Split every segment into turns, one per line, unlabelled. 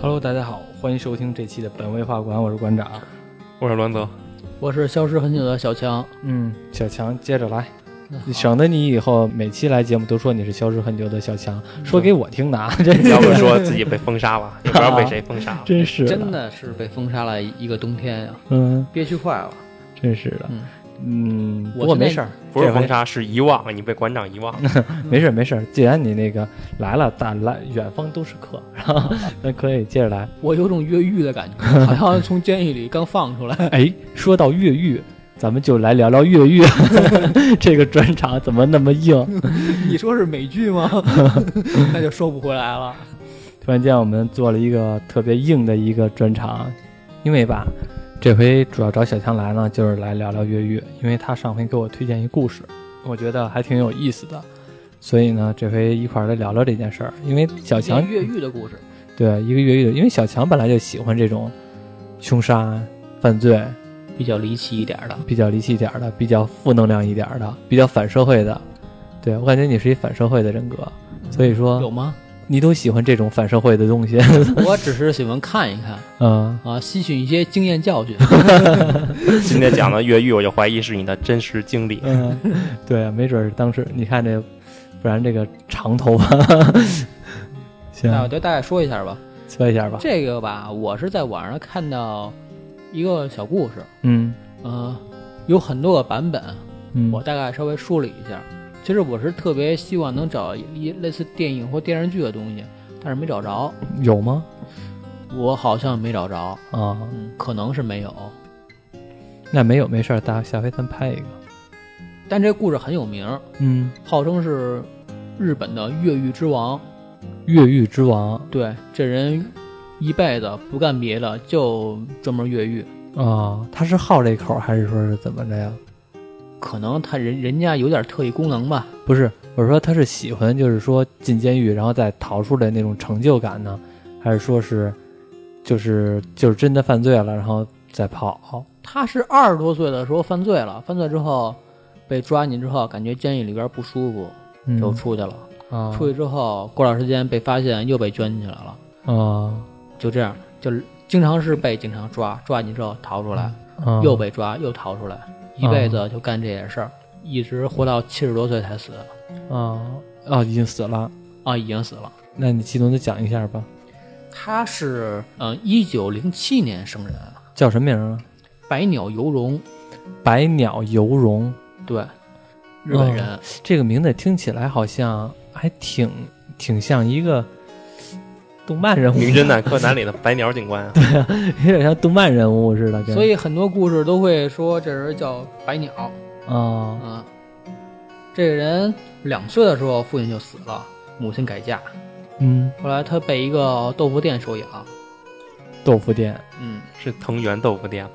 Hello，大家好，欢迎收听这期的本位画馆，我是馆长。
我是栾泽，
我是消失很久的小强。
嗯，小强接着来，
那好
省得你以后每期来节目都说你是消失很久的小强，说给我听的啊，这。
要不说自己被封杀了，也不知道被谁封杀了
真是
真，的是被封杀了一个冬天呀、
嗯，
憋屈坏了。
真是的，
嗯
嗯，
我
不过
现在
没事儿，
不是封杀，是遗忘，你被馆长遗忘。
没事儿没事儿，既然你那个来了，大来远方都是客，然后那可以接着来。
我有种越狱的感觉， 好像从监狱里刚放出来。
哎，说到越狱，咱们就来聊聊越狱 这个专场怎么那么硬？
你说是美剧 吗？那就说不回来了。
突然间我们做了一个特别硬的一个专场，因为吧，这回主要找小强来呢，就是来聊聊越狱，因为他上回给我推荐一故事，我觉得还挺有意思的，所以呢，这回一块儿来聊聊这件事儿。因为小强
越狱的故事，
对一个越狱的，因为小强本来就喜欢这种凶杀、犯罪
比较离奇一点的。
比较离奇一点儿的、比较负能量一点儿的、比较反社会的。对我感觉你是一反社会的人格，所以
有
说
吗？
你都喜欢这种反社会的东西，
我只是喜欢看一看
嗯。
啊，吸取一些经验教训。
今天讲的越狱，我就怀疑是你的真实经历。
嗯，对啊，没准儿当时你看这，不然这个长头 发，行，
那我就大概说一下吧。
说一下吧。
这个吧，我是在网上看到一个小故事，
嗯
呃，有很多个版本，
嗯，
我大概稍微梳理一下。其实我是特别希望能找一类似电影或电视剧的东西，但是没找着，
有吗？
我好像没找着，
啊，
嗯，可能是没有。
那没有，没事儿，大下回咱拍一个。
但这故事很有名，
嗯，
号称是日本的越狱之王。
越狱之王
对，这人一辈子不干别的，就专门越狱。
啊，他是好这口儿还是说是怎么着呀？
可能他人人家有点特异功能吧，
不是，我是说他是喜欢，就是说进监狱然后再逃出来那种成就感呢，还是说是，就是就是真的犯罪了然后再跑？
他是二十多岁的时候犯罪了，犯罪之后被抓进去之后，感觉监狱里边不舒服，
嗯
就出去了。
啊
出去之后，过段时间被发现，又被圈起来了。
啊
就这样，就经常是被警察抓，抓你之后逃出来，
啊
又被抓，又逃出来，一辈子就干这些事儿，一直活到七十多岁才死
啊啊已经死了。
啊，已经死了。
那你系统的讲一下吧，
他是嗯，一九零七年生人，
叫什么名儿啊？
百鸟游荣，
百鸟游荣
对，日本人。
这个名字听起来好像还挺挺像一个动漫人物，
名侦探柯南里的白鸟警官啊，
有点像动漫人物似的。
所以很多故事都会说这人叫百鸟
啊
啊。这个人两岁的时候父亲就死了，母亲改嫁，
嗯，
后来他被一个豆腐店收养，
豆腐店
嗯，
是藤原豆腐店吗？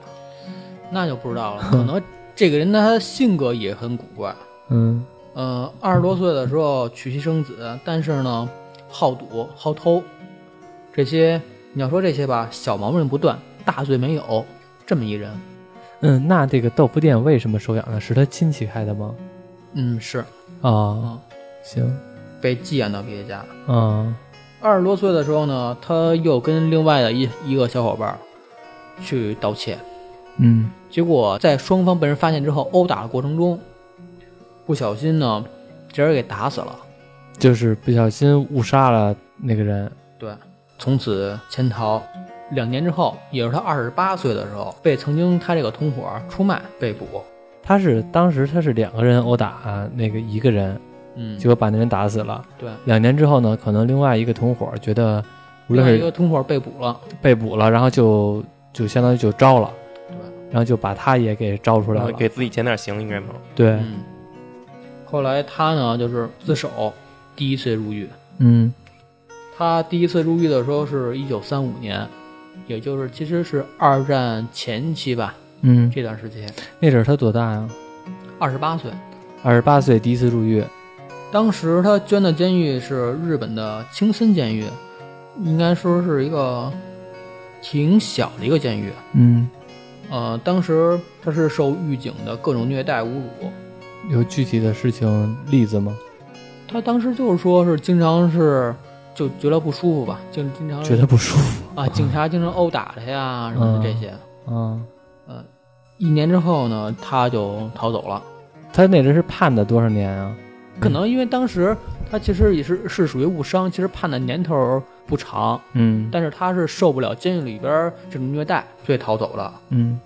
那就不知道了。可能这个人呢，他性格也很古怪。
嗯
呃，二十多岁的时候娶妻生子，但是呢，好赌、好偷，这些你要说这些吧，小毛病不断，大罪没有，这么一人。
嗯，那这个豆腐店为什么收养呢？是他亲戚开的吗？
嗯，是
啊，行
被寄养到别家。
啊
二十多岁的时候呢，他又跟另外的一一个小伙伴儿去盗窃，
嗯
结果在双方被人发现之后殴打的过程中，不小心呢，这人给打死了。
就是不小心误杀了那个人。
对，从此潜逃。两年之后，也就是他二十八岁的时候，被曾经他这个同伙出卖被捕。
他是当时他是两个人殴打那个一个人，
嗯
结，果把那人打死了。
对，
两年之后呢，可能另外一个同伙觉得，无
另
论
外一
是
个同伙被捕了。
被捕了，然后就就相当于就招了，
对
然后就把他也给招出来了。
给自己减点刑应该吗？
对，
嗯，后来他呢就是自首，第一次入狱。
嗯
他第一次入狱的时候是一九三五年，也就是其实是二战前期吧，
嗯，
这段时间，
那阵儿他多大呀？
二十八岁。
二十八岁第一次入狱。
当时他捐的监狱是日本的青森监狱，应该说是一个挺小的一个监狱。
嗯，
呃，当时他是受狱警的各种虐待侮辱，
有具体的事情例子吗？
他当时就是说是经常是就觉得不舒服吧，就经常
觉得不舒服。
啊，警察经常殴打他呀什么的这些。
嗯，
一年之后呢，他就逃走了。
嗯他那阵是判的多少年啊？
可能因为当时他其实也是是属于误伤，其实判的年头儿不长，
嗯
但是他是受不了监狱里边儿这种虐待，所以逃走了。
嗯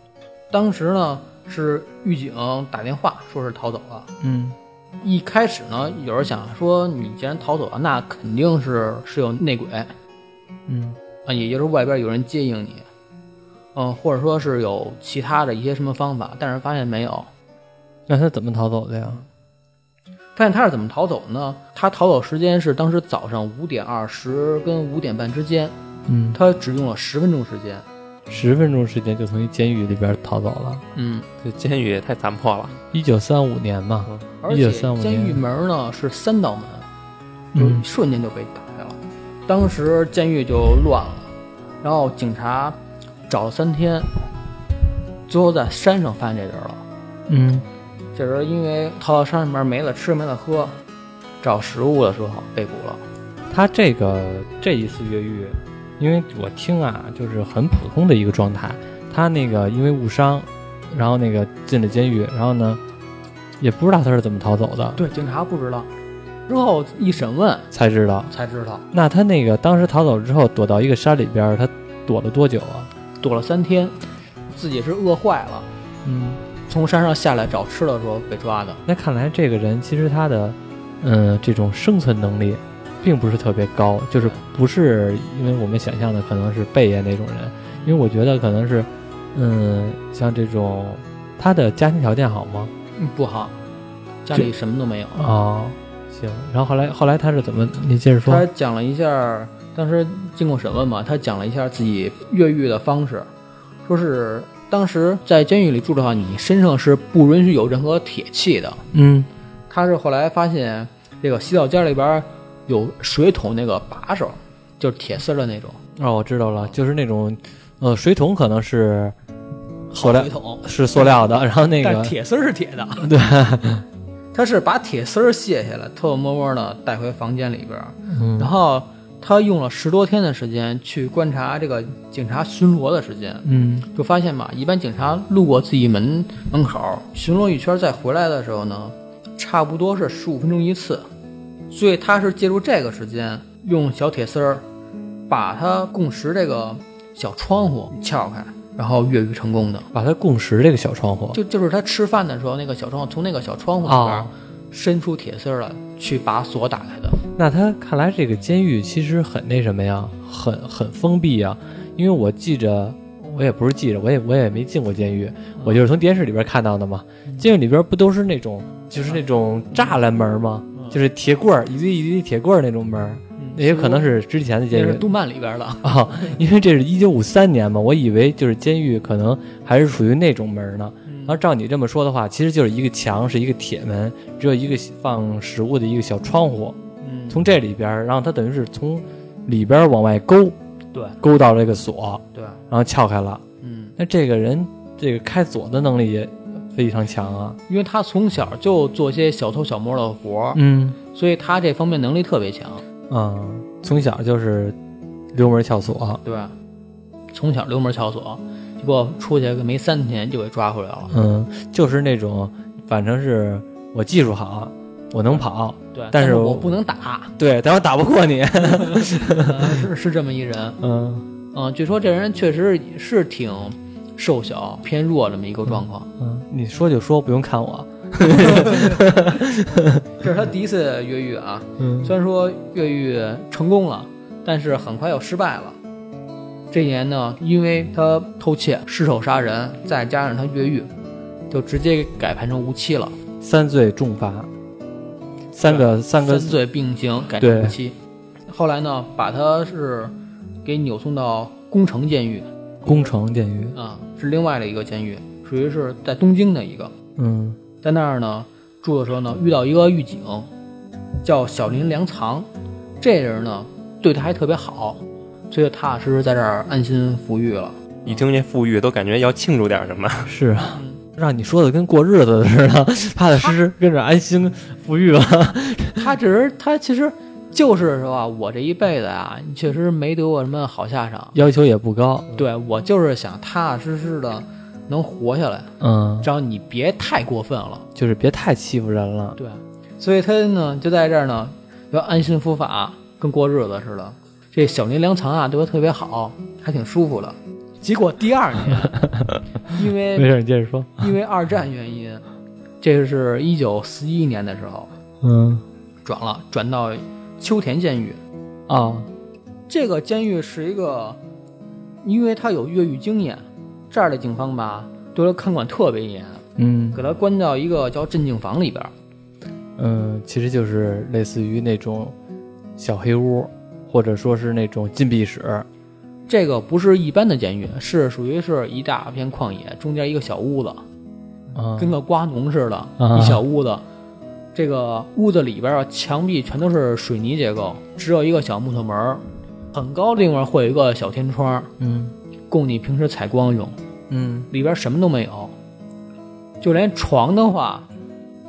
当时呢是狱警打电话说是逃走了。
嗯
一开始呢，有人想说你既然逃走了，那肯定是是有内鬼啊，
嗯
也就是外边有人接应你，嗯，或者说是有其他的一些什么方法，但是发现没有。
那他怎么逃走的呀？
发现他是怎么逃走呢？他逃走时间是当时早上五点二十跟五点半之间，
嗯，
他只用了十分钟时间。
十分钟时间就从一监狱里边逃走了。
嗯，
这监狱也太残破了，
一九三五年嘛，
而且
1935年
监狱门呢是三道门，
嗯
就瞬间就被打开了。当时监狱就乱了，然后警察找了三天，最后在山上发现这人了。
嗯
这人因为逃到山里面没了吃没了喝，找食物的时候被捕了。
他这个这一次越狱，因为我听啊，就是很普通的一个状态。他那个因为误伤，然后那个进了监狱，然后呢，也不知道他是怎么逃走的，
对，警察不知道，之后一审问
才知道。
才知道，
那他那个当时逃走之后，躲到一个山里边儿，他躲了多久啊？
躲了三天，自己是饿坏了，
嗯，
从山上下来找吃的时候被抓的。
那看来这个人其实他的，嗯，这种生存能力，并不是特别高，就是不是因为我们想象的可能是贝爷那种人，因为我觉得可能是，嗯，像这种他的家庭条件好吗？
嗯，不好，家里什么都没有。
哦，行。然后后来后来他是怎么？你接着说
他。讲了一下，当时经过审问嘛，他讲了一下自己越狱的方式，说是当时在监狱里住的话，你身上是不允许有任何铁器的。
嗯
他是后来发现这个洗澡间里边有水桶那个把手，就是铁丝的那种
哦，我知道了，就是那种，呃，水桶可能是塑料
水，桶，
是塑料的，然后那
但
个
是铁丝儿是铁 的。
对，
他是把铁丝儿卸下来，偷偷摸摸的带回房间里边儿，
嗯
然后他用了十多天的时间去观察这个警察巡逻的时间，
嗯
就发现吧，一般警察路过自己门门口巡逻一圈再回来的时候呢，差不多是十五分钟一次，所以他是借助这个时间，用小铁丝儿把他共识这个小窗户撬开，然后越狱成功的。
把它共识这个小窗户。
就就是他吃饭的时候，那个小窗户从那个小窗户里边
哦
伸出铁丝儿来，去把锁打开的。
那他看来这个监狱其实很那什么呀，很很封闭呀，因为我记着。我也不是记着，我也我也没进过监狱，我就是从电视里边看到的嘛。监狱里边不都是那种，就是那种栅栏门吗？
嗯
就是铁棍儿，一堆一堆铁棍儿那种门儿。那也可能是之前的
这
监狱
嗯是动漫里边的，
啊、 因为这是一九五三年嘛，我以为就是监狱可能还是属于那种门儿呢。然后照你这么说的话，其实就是一个墙是一个铁门，只有一个放食物的一个小窗户，
嗯，
从这里边儿，然后它等于是从里边儿往外勾，
对
勾到这个锁，
对，
然后撬开了。
嗯，
那这个人这个开锁的能力也非常强啊。
因为他从小就做些小偷小摸的活儿，
嗯
所以他这方面能力特别强，
啊、从小就是溜门撬锁。
对吧？从小溜门撬锁，结果出去没三天就给抓回来了。
嗯，就是那种，反正是我技术好，我能跑，
对，
但
但
是
我
我
不能 打，
对，但我打不过你。
呃是是这么一人。
嗯
嗯，据说这人确实是挺瘦小、偏弱这么一个状况。
嗯，你说就说，不用看我。
这是他第一次越狱啊，
嗯
虽然说越狱成功了，但是很快又失败了。这一年呢，因为他偷窃、失手杀人，再加上他越狱，就直接改判成无期了，
三罪重罚，三个三个
罪并行改
对
成无期。后来呢，把他是给扭送到宫城监狱
工程监狱。
啊，是另外的一个监狱，属于是在东京的一个。
嗯
在那儿呢住的时候呢，遇到一个狱警，叫小林良藏，这人呢对他还特别好，所以踏踏实实在这儿安心服狱了。
一听这富裕都感觉要庆祝点什么。
是啊，让你说的跟过日子似的，踏踏实实跟着安心富裕吧。
他只是他其实就是说啊，我这一辈子啊，确实没得过什么好下场。
要求也不高，
对我就是想踏踏实实的能活下来，
嗯，
只要你别太过分了。
就是别太欺负人了，
对，所以他呢就在这儿呢，要安心伏法，跟过日子似的。这小林良仓啊对他特别好，还挺舒服的。结果第二年，因
没
为
事，你接着说，
因为二战原因，这是一九四一年的时候
嗯，
转了，转到秋田监狱。
哦，
这个监狱是一个，因为他有越狱经验，这儿的警方吧对他看管特别严，
嗯，
给他关到一个叫镇静房里边儿。
嗯，其实就是类似于那种小黑屋，或者说是那种禁闭室，
这个不是一般的监狱，是属于是一大片旷野，中间一个小屋子，
嗯，
跟个瓜农似的，
啊
一小屋子。这个屋子里边啊，墙壁全都是水泥结构，只有一个小木头门儿，很高的地方会有一个小天窗，
嗯
供你平时采光用。
嗯
里边什么都没有，就连床的话，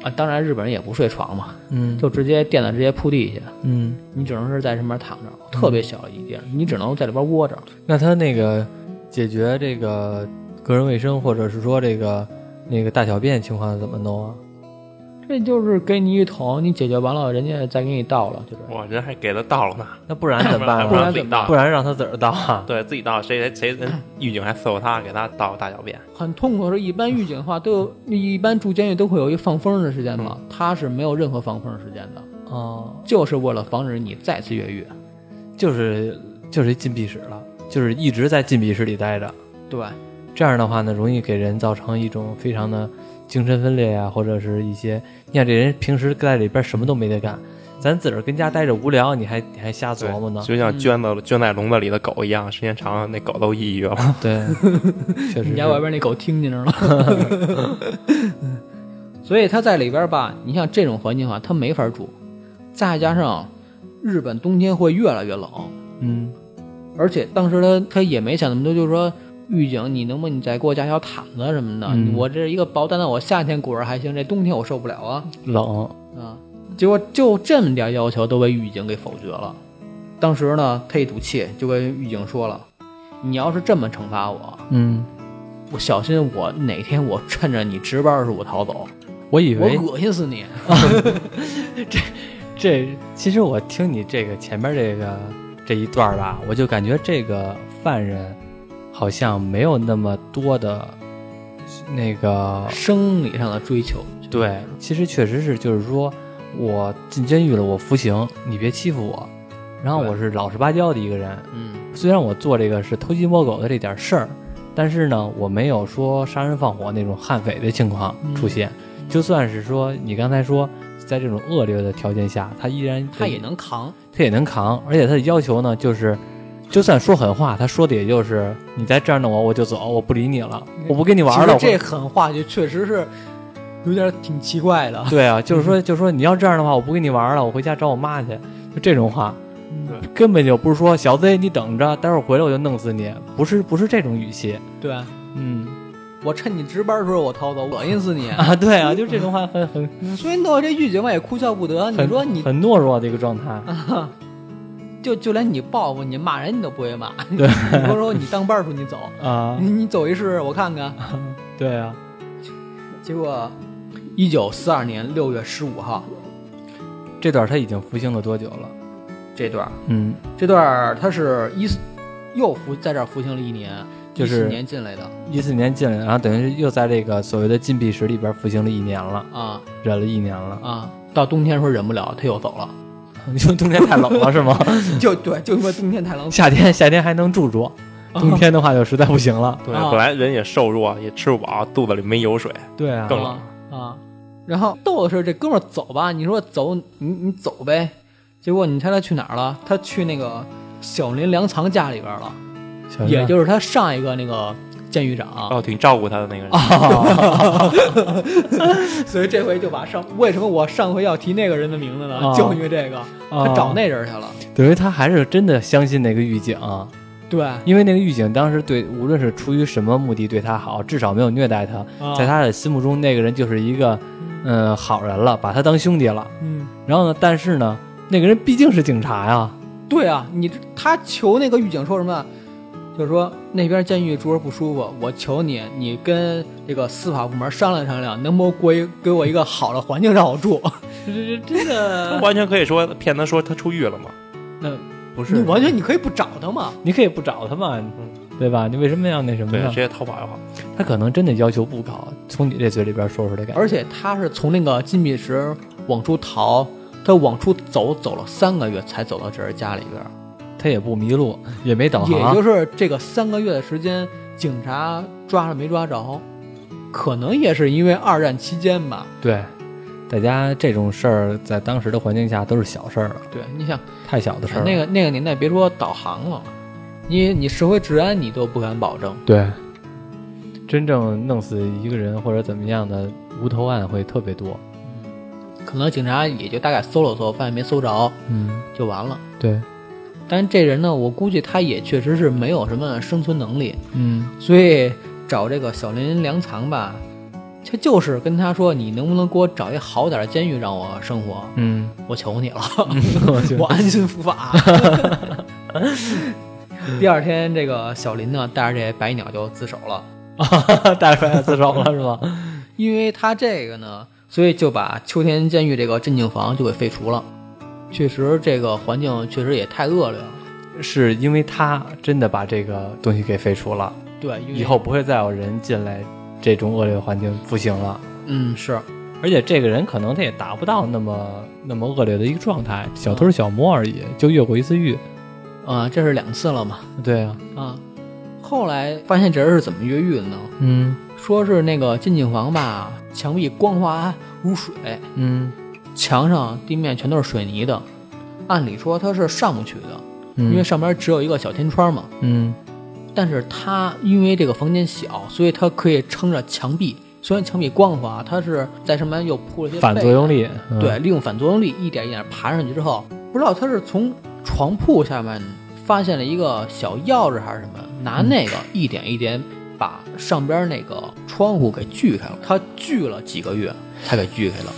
啊，当然日本人也不睡床嘛，
嗯
就直接垫子直接铺地下，
嗯，
你只能是在上面躺着，特别小的一地儿，你只能在里边窝着。
那他那个解决这个个人卫生，或者是说这个那个大小便情况怎么弄啊？
这就是给你一桶，你解决完了，人家再给你倒了，就是。
我人还给他倒了呢，
那不然怎么办啊？
不
然
自己
怎么办
倒
不，然让他自个儿倒啊？
对自己倒，谁谁谁狱警还伺候他，给他倒大小便。
很痛苦的是，一般狱警的话都有，一般住监狱都会有一放风的时间嘛，他是没有任何放风的时间的，
哦，
就是为了防止你再次越狱。
就是就是一禁闭室了，就是一直在禁闭室里待着。
对，
这样的话呢，容易给人造成一种非常的精神分裂呀、啊或者是一些，你看这人平时在里边什么都没得干，咱自个儿跟家待着无聊，你还 你还瞎
对
琢磨呢？嗯
就像圈子圈在笼子里的狗一样，时间长了那狗都抑郁了。
对，确实
你家外
是，
边那狗听见着了。所以他在里边吧，你像这种环境的话，他没法住，再加上日本冬天会越来越冷，
嗯
而且当时他他也没想那么多，就是说狱警，你能不能你再给我加条毯子什么的？
嗯
我这一个薄单子，我夏天裹着还行，这冬天我受不了啊
嗯冷，
啊！结果就这么点要求都被狱警给否决了。当时呢，他一赌气就跟狱警说了：“你要是这么惩罚我，
嗯，
我小心我哪天我趁着你值班的时候我逃走，
我以
我
为
恶心死你。
这其实我听你这个前面这个这一段儿吧，我就感觉这个犯人好像没有那么多的那个”
生理上的追求，
对，其实确实是，就是说我进监狱了，我服刑，你别欺负我。然后
对
我是老实巴交的一个人，
嗯，
虽然我做这个是偷鸡摸狗的这点事儿，但是呢，我没有说杀人放火那种悍匪的情况
嗯
出现。就算是说你刚才说，在这种恶劣的条件下，他依然
他也能扛，
他也能扛，而且他的要求呢，就是就算说狠话，他说的也就是你再这样弄我，我就走，我不理你了，我不跟你玩了。
其实这狠话就确实是有点挺奇 怪 的。
对啊，就是
嗯
说，就是说，你要这样的话，我不跟你玩了，我回家找我妈去。就这种话，
嗯
根本就不是说小子你等着，待会儿回来我就弄死你，不是不是这种语气。
对，
嗯
我趁你值班的时候我逃 走，恶心死你。
啊，对啊，就这种话很很
所以弄得这狱警们也哭笑不得。你
很
说你
很懦弱的一个状态。
就就连你报复你骂人你都不会 骂，你
对
说说你当班儿时候你走，
啊，
你你走一试试我看看。
对啊，
结果，一九四二年六月十五号
这段他已经服刑了多久了？
这段儿，
嗯，
这段儿他是一四又服在这儿服刑了一年，
就是
14年进来的
一四年进来，然后等于是又在这个所谓的禁闭室里边服刑了一年了，
啊
忍了一年 了。
啊。到冬天的时候忍不了，他又走了。
你说冬天太冷了是吗？
就对，就因为冬天太 冷，
夏天夏天还能住住，
哦
冬天的话就实在不行了。
对，
啊
本来人也瘦弱，也吃不饱，肚子里没油水，
对啊，
更冷
啊啊。然后逗的是，这哥们儿走吧，你说走，你你走呗。结果你猜他去哪儿了？他去那个小林良藏家里边了，
小心啊
也就是他上一个那个监狱长。
嗯哦，挺照顾他的那个人。
哦
所以这回就把上为什么我上回要提那个人的名字呢？
啊
就因为这个， 他找那人去了。
等于他还是真的相信那个狱警，
对，
因为那个狱警当时对，无论是出于什么目的对他好，至少没有虐待他，
啊
在他的心目呃中，那个人就是一个，嗯、好人了，把他当兄弟了。
嗯
然后呢，但是呢，那个人毕竟是警察呀，
对啊，你这他求那个狱警说什么？就是说那边监狱住着不舒服，我求你，你跟这个司法部门商量商量，能不能给我一给我一个好的环境让我住？这这这
他
个
完全可以说骗他说他出狱了嘛，
不
你完全你可以不找他嘛。
你可以不找他嘛，
嗯
对吧？你为什么要那什么
对，
呢
直？接逃跑也好。
他可能真的要求不高，从你这嘴里边说出来感觉。
而且他是从那个金币池往出逃，他往出走走了三个月才走到这人家里边儿，
他也不迷路，也没啊导
也
航
就，是这个三个月的时间，警察抓了没抓着，可能也是因为二战期间吧。
对。大家这种事儿在当时的环境下都是小事儿了，
对，你想
太小的事儿了。
那个那个年代，别说导航了，你你社会治安你都不敢保证。
对，真正弄死一个人或者怎么样的无头案会特别多。
可能警察也就大概搜了搜，发现没搜着
嗯，
就完了。
对，
但是这人呢，我估计他也确实是没有什么生存能力，
嗯，
所以找这个小林良藏吧，他就是跟他说：“你能不能给我找一好点的监狱让我生活？
嗯，
我求你了，
我觉
我
得
安心伏法。”第二天，这个小林呢，带着这白鸟就自首了。
大帅自首了是吧？
因为他这个呢，所以就把秋田监狱这个镇静房就给废除了。确实，这个环境确实也太恶劣了。
是因为他真的把这个东西给废除了，
对，因为
以后不会再有人进来这种恶劣环境服刑了。
嗯是，
而且这个人可能他也达不到那么那么恶劣的一个状态，小偷小摸而已，就越过一次狱。
啊、这是两次了嘛，
对啊，
啊。后来发现这人是怎么越狱的呢？
嗯
说是那个进静房吧，墙壁光滑如水，
嗯
墙上地面全都是水泥的。按理说他是上不去的，
嗯，
因为上边只有一个小天窗嘛。
嗯
但是他因为这个房间小，所以他可以撑着墙壁。虽然墙壁光滑，他是在上面又铺了一些
反
被
作用，力，嗯
对，利用反作用力一点一点爬上去之后，不知道他是从床铺下面发现了一个小钥匙还是什么，拿那个一点一点把上边那个窗户给锯开了。他锯了几个月才给锯开了。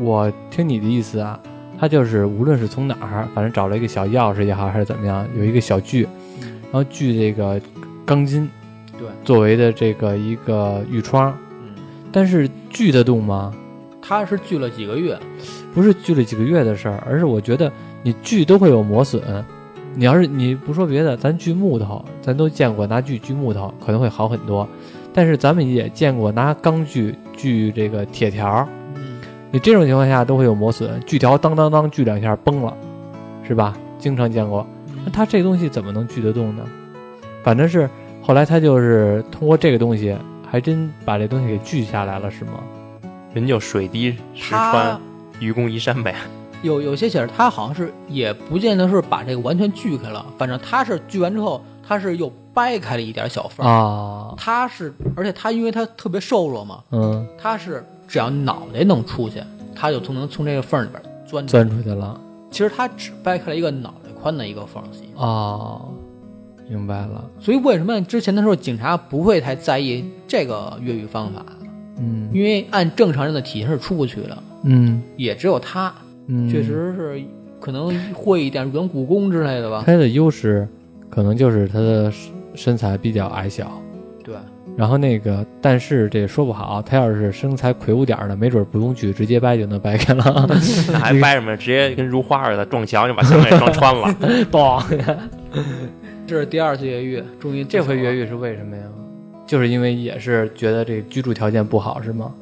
我听你的意思啊，他就是无论是从哪儿，反正找了一个小钥匙也好，还是怎么样，有一个小锯，然后锯这个钢筋，
嗯对，
作为的这个一个玉窗，
嗯，
但是锯得动吗？
他是锯了几个月，
不是锯了几个月的事儿，而是我觉得你锯都会有磨损。你要是你不说别的，咱锯木头，咱都见过拿锯锯木头可能会好很多，但是咱们也见过拿钢锯锯这个铁条儿，
嗯，
你这种情况下都会有磨损，锯条当当当锯两下崩了，是吧？经常见过。那
嗯
他这东西怎么能锯得动呢？反正是后来他就是通过这个东西，还真把这东西给锯下来了，是吗？
人就水滴石
他
穿，愚公移山 呗。
有有些写着他好像是也不见得是把这个完全锯开了，反正他是锯完之后，他是又掰开了一点小缝儿。
啊，
他是，而且他因为他特别瘦弱嘛，
嗯，
他是只要脑袋能出去，他就从能从这个缝儿里边钻出来。
钻出去了
其实他只掰开了一个脑袋宽的一个缝儿而已。
啊，明白了，
所以为什么之前的时候警察不会太在意这个越狱方法？
嗯
因为按正常人的体型是出不去的，
嗯
也只有他
嗯，
确实是可能会一点软骨功之类的吧。
他的优势可能就是他的身材比较矮小，
对，
然后那个，但是这也说不好，他要是身材魁梧点儿的，没准儿不用锯，直接掰就能掰开了，
那还掰什么？直接跟如花似的撞墙就把墙给撞穿 了。
咚！
这是第二次越狱，终于
这回越
狱。
狱是为什么呀？就是因为也是觉得这居住条件不好，是吗？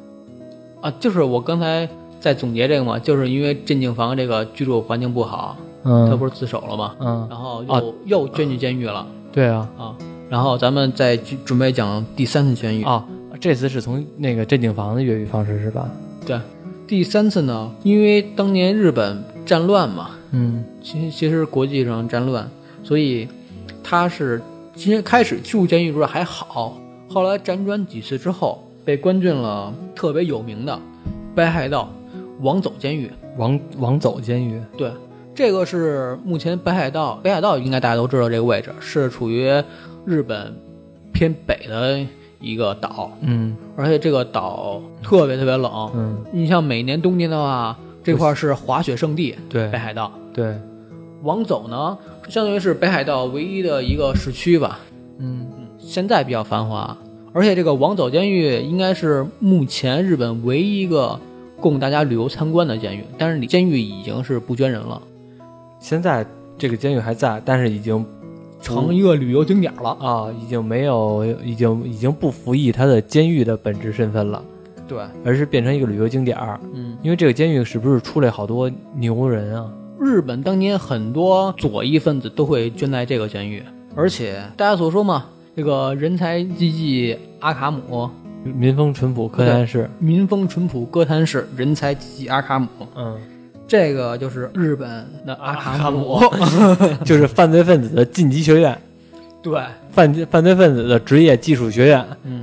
啊，就是我刚才在总结这个嘛，就是因为镇静房这个居住环境不好，
嗯
他不是自首了吗？
嗯，
然后又、
啊
又捐去监狱了
对啊，
啊。然后咱们再去准备讲第三次监狱。
啊，这次是从那个镇静房的越狱方式是吧？
对，第三次呢，因为当年日本战乱嘛，
嗯
其实其实国际上战乱，所以他是先开始住监狱时候还好，后来辗转几次之后，被关进了特别有名的北海道王走监狱。
王王走监狱，
对，这个是目前北海道，北海道应该大家都知道这个位置是处于日本偏北的一个岛，
嗯
而且这个岛特别特别冷。
嗯
你像每年冬天的话，这块儿是滑雪圣地
对
北海道。
对，
往走呢，相当于是北海道唯一的一个市区吧，
嗯，
现在比较繁华。而且这个王走监狱应该是目前日本唯一一个供大家旅游参观的监狱，但是里监狱已经是不捐人了，
现在这个监狱还在，但是已经嗯
成一个旅游景点了。
啊，已经没有，已经已经不服役他的监狱的本质身份了，
对，
而是变成一个旅游景点儿。
嗯，
因为这个监狱是不是出来好多牛人啊？
日本当年很多左翼分子都会捐在这个监狱，而且大家所说嘛，这个人才济济阿卡姆，
民风淳朴，柯南市，
民风淳朴哥谭市，人才济济阿卡姆，
嗯，
这个就是日本的阿卡姆。
就是犯罪分子的晋级学院，
对，
犯犯罪分子的职业技术学院。
嗯，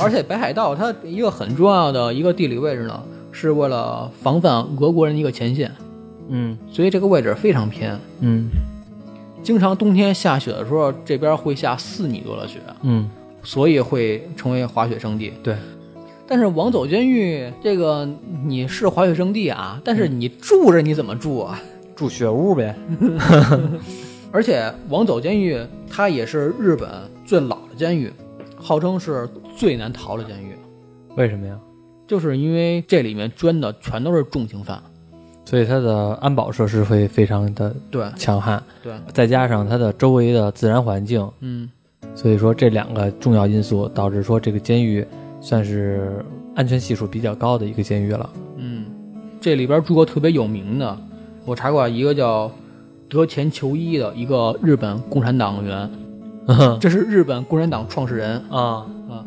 而且北海道它一个很重要的一个地理位置呢，是为了防范俄国人的一个前线，
嗯
所以这个位置非常偏。
嗯
经常冬天下雪的时候，这边会下四米多的雪，
嗯，
所以会成为滑雪圣地。
对，
但是王走监狱这个你是滑雪圣地啊，但是你住着你怎么住啊？
住雪屋呗。
而且王走监狱它也是日本最老的监狱，号称是最难逃的监狱，
为什么呀？
就是因为这里面捐的全都是重刑犯。
所以它的安保设施会非常的
对
强悍，
对，
再加上它的周围的自然环境，
嗯，
所以说这两个重要因素导致说这个监狱算是安全系数比较高的一个监狱了。
嗯，这里边住过特别有名的，我查过一个叫德前求一的一个日本共产党员，这是日本共产党创始人、
啊
啊，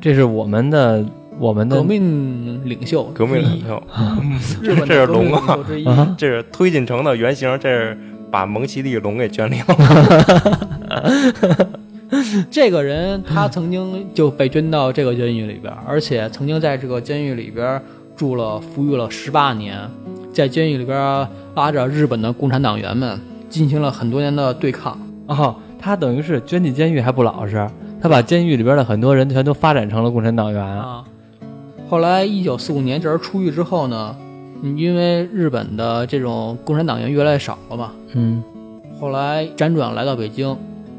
这是我们的我们
革
的
命领袖之一，
革命领袖，
日本
这是
的革命
龙
领
啊
袖之一。
啊，
这是推进城的原型，这是把蒙奇利龙给圈里了。
这个人他曾经就被捐到这个监狱里边，而且曾经在这个监狱里边住了服役了十八年，在监狱里边拉着日本的共产党员们进行了很多年的对抗。
哦，他等于是捐进监狱还不老实，他把监狱里边的很多人全都发展成了共产党员啊。
啊。后来，一九四五年这人出狱之后呢，嗯因为日本的这种共产党员越来越少了嘛，
嗯
后来辗转来到北京。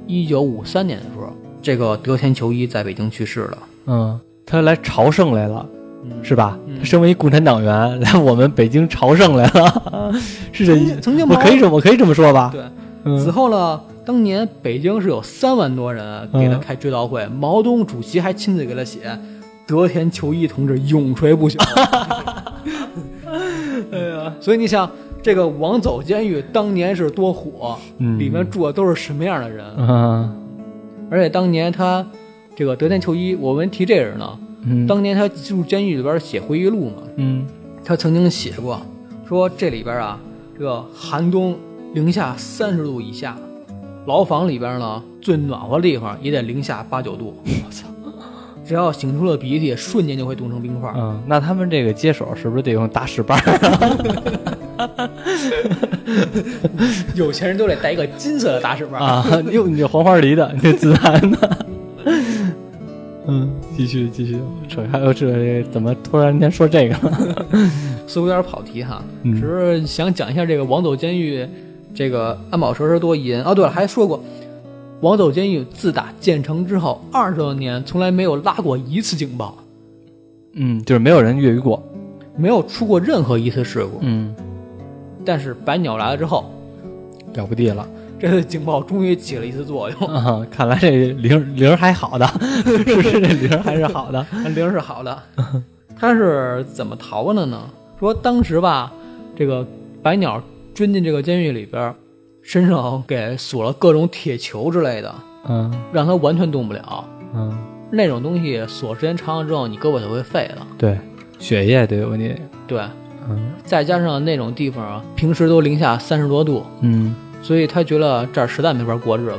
一九五三年的时候，这个德田求一在北京去世了。
嗯，他来朝圣来了。
嗯
是吧？
嗯
他身为一共产党员，来我们北京朝圣来了， 是这意
曾曾经
我
毛
可以这我可以这么说吧？
对。此
嗯
后呢，当年北京是有三万多人给他
嗯
开追悼会，毛泽东主席还亲自给他写“德田求一同志永垂不朽” 。哎呀，所以你想，这个王走监狱当年是多火，
嗯
里面住的都是什么样的人？
嗯
而且当年他这个德田求一，我们提这人呢，
嗯
当年他进入监狱里边写回忆录嘛，
嗯
他曾经写过，说这里边啊，这个寒冬零下三十度以下，牢房里边呢最暖和的地方也得零下八九度。 我操！只要擤出了鼻涕，瞬间就会冻成冰块。
嗯，那他们这个接手是不是得用大石板？
有钱人都得带一个金色的大石板。
啊， 用你这黄花梨的，你这紫檀的。 嗯，继续继续，扯开又这怎么突然间说这个了？
似乎有点跑题哈，
嗯
只是想讲一下这个王走监狱，这个安保设施多严。哦，对了，还说过，王走监狱自打建成之后二十多年，从来没有拉过一次警报，
嗯，就是没有人越狱过。
没有出过任何一次事故。
嗯，
但是白鸟来了之后，
了不地了
这次警报终于起了一次作 用，
啊！看来这零零还好 的，是是这零还是好的。
铃儿是好的。他是怎么逃的呢？说当时吧，这个白鸟钻进这个监狱里边儿，身上给锁了各种铁球之类的，
嗯
让他完全动不了。
嗯，
那种东西锁时间长了之后，你胳膊就会废了。
对，血液对问题。
对，
嗯
再加上那种地方啊平时都零下三十多度，
嗯。
所以他觉得这儿实在没法过日子。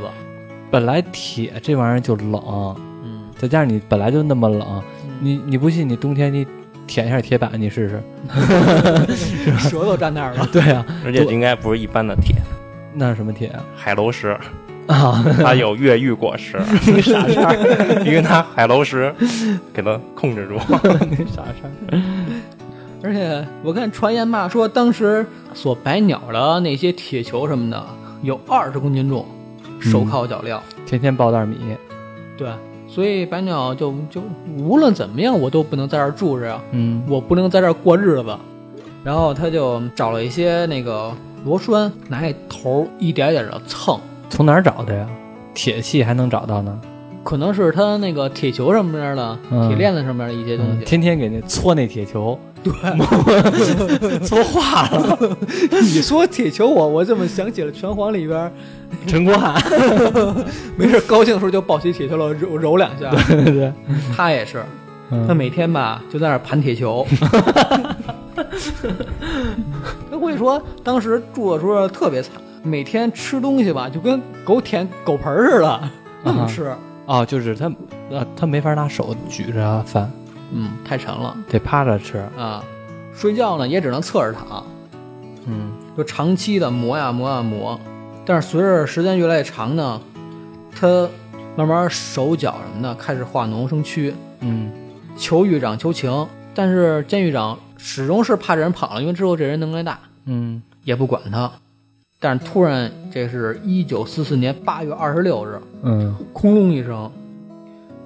本来铁这玩意儿就冷，
嗯，
再加上你本来就那么冷，你你不信？你冬天你舔一下铁板，你试试。
舌头粘那儿了。
对啊，
而且应该不是一般的铁，
那是什么铁啊？
海楼石，
啊，
它有越狱果 实，
那个傻事儿，
因为它海楼石给它控制住。
那个傻事儿。
而且我看传言嘛，说当时所摆鸟的那些铁球什么的，有二十公斤重，手铐脚镣。
天天爆袋米，
对，所以白鸟就就无论怎么样，我都不能在这儿住着呀，
嗯
我不能在这儿过日子。然后他就找了一些那个螺栓，拿那头儿一点点的蹭，
从哪儿找的呀？铁器还能找到呢？
可能是他那个铁球什么样的、
嗯
铁链子上面的一些东
嗯，
西。
天天给那搓那铁球，对， 搓化了。
你说铁球我，我怎么想起了拳皇里边，
陈国汉，
没事高兴的时候就抱起铁球了揉揉两下。
对对对，
他也是，他
嗯
每天吧就在那儿盘铁 球。他会说，当时住的时候特别惨，每天吃东西吧就跟狗舔狗盆儿似
啊
的， 那么吃，
哦，就是他，呃，他没法拿手举着饭，
嗯，太沉了
得趴着吃。
啊。睡觉呢也只能侧着躺，
嗯，
就长期的磨呀磨呀磨。但是随着时间越来越长呢，他慢慢手脚什么的开始化脓生蛆，
嗯，
求狱长求情。但是监狱长始终是怕这人跑了，因为知道这人能耐大。
嗯，
也不管他。但是突然，这是一九四四年八月二十六日，
嗯，
轰隆一声，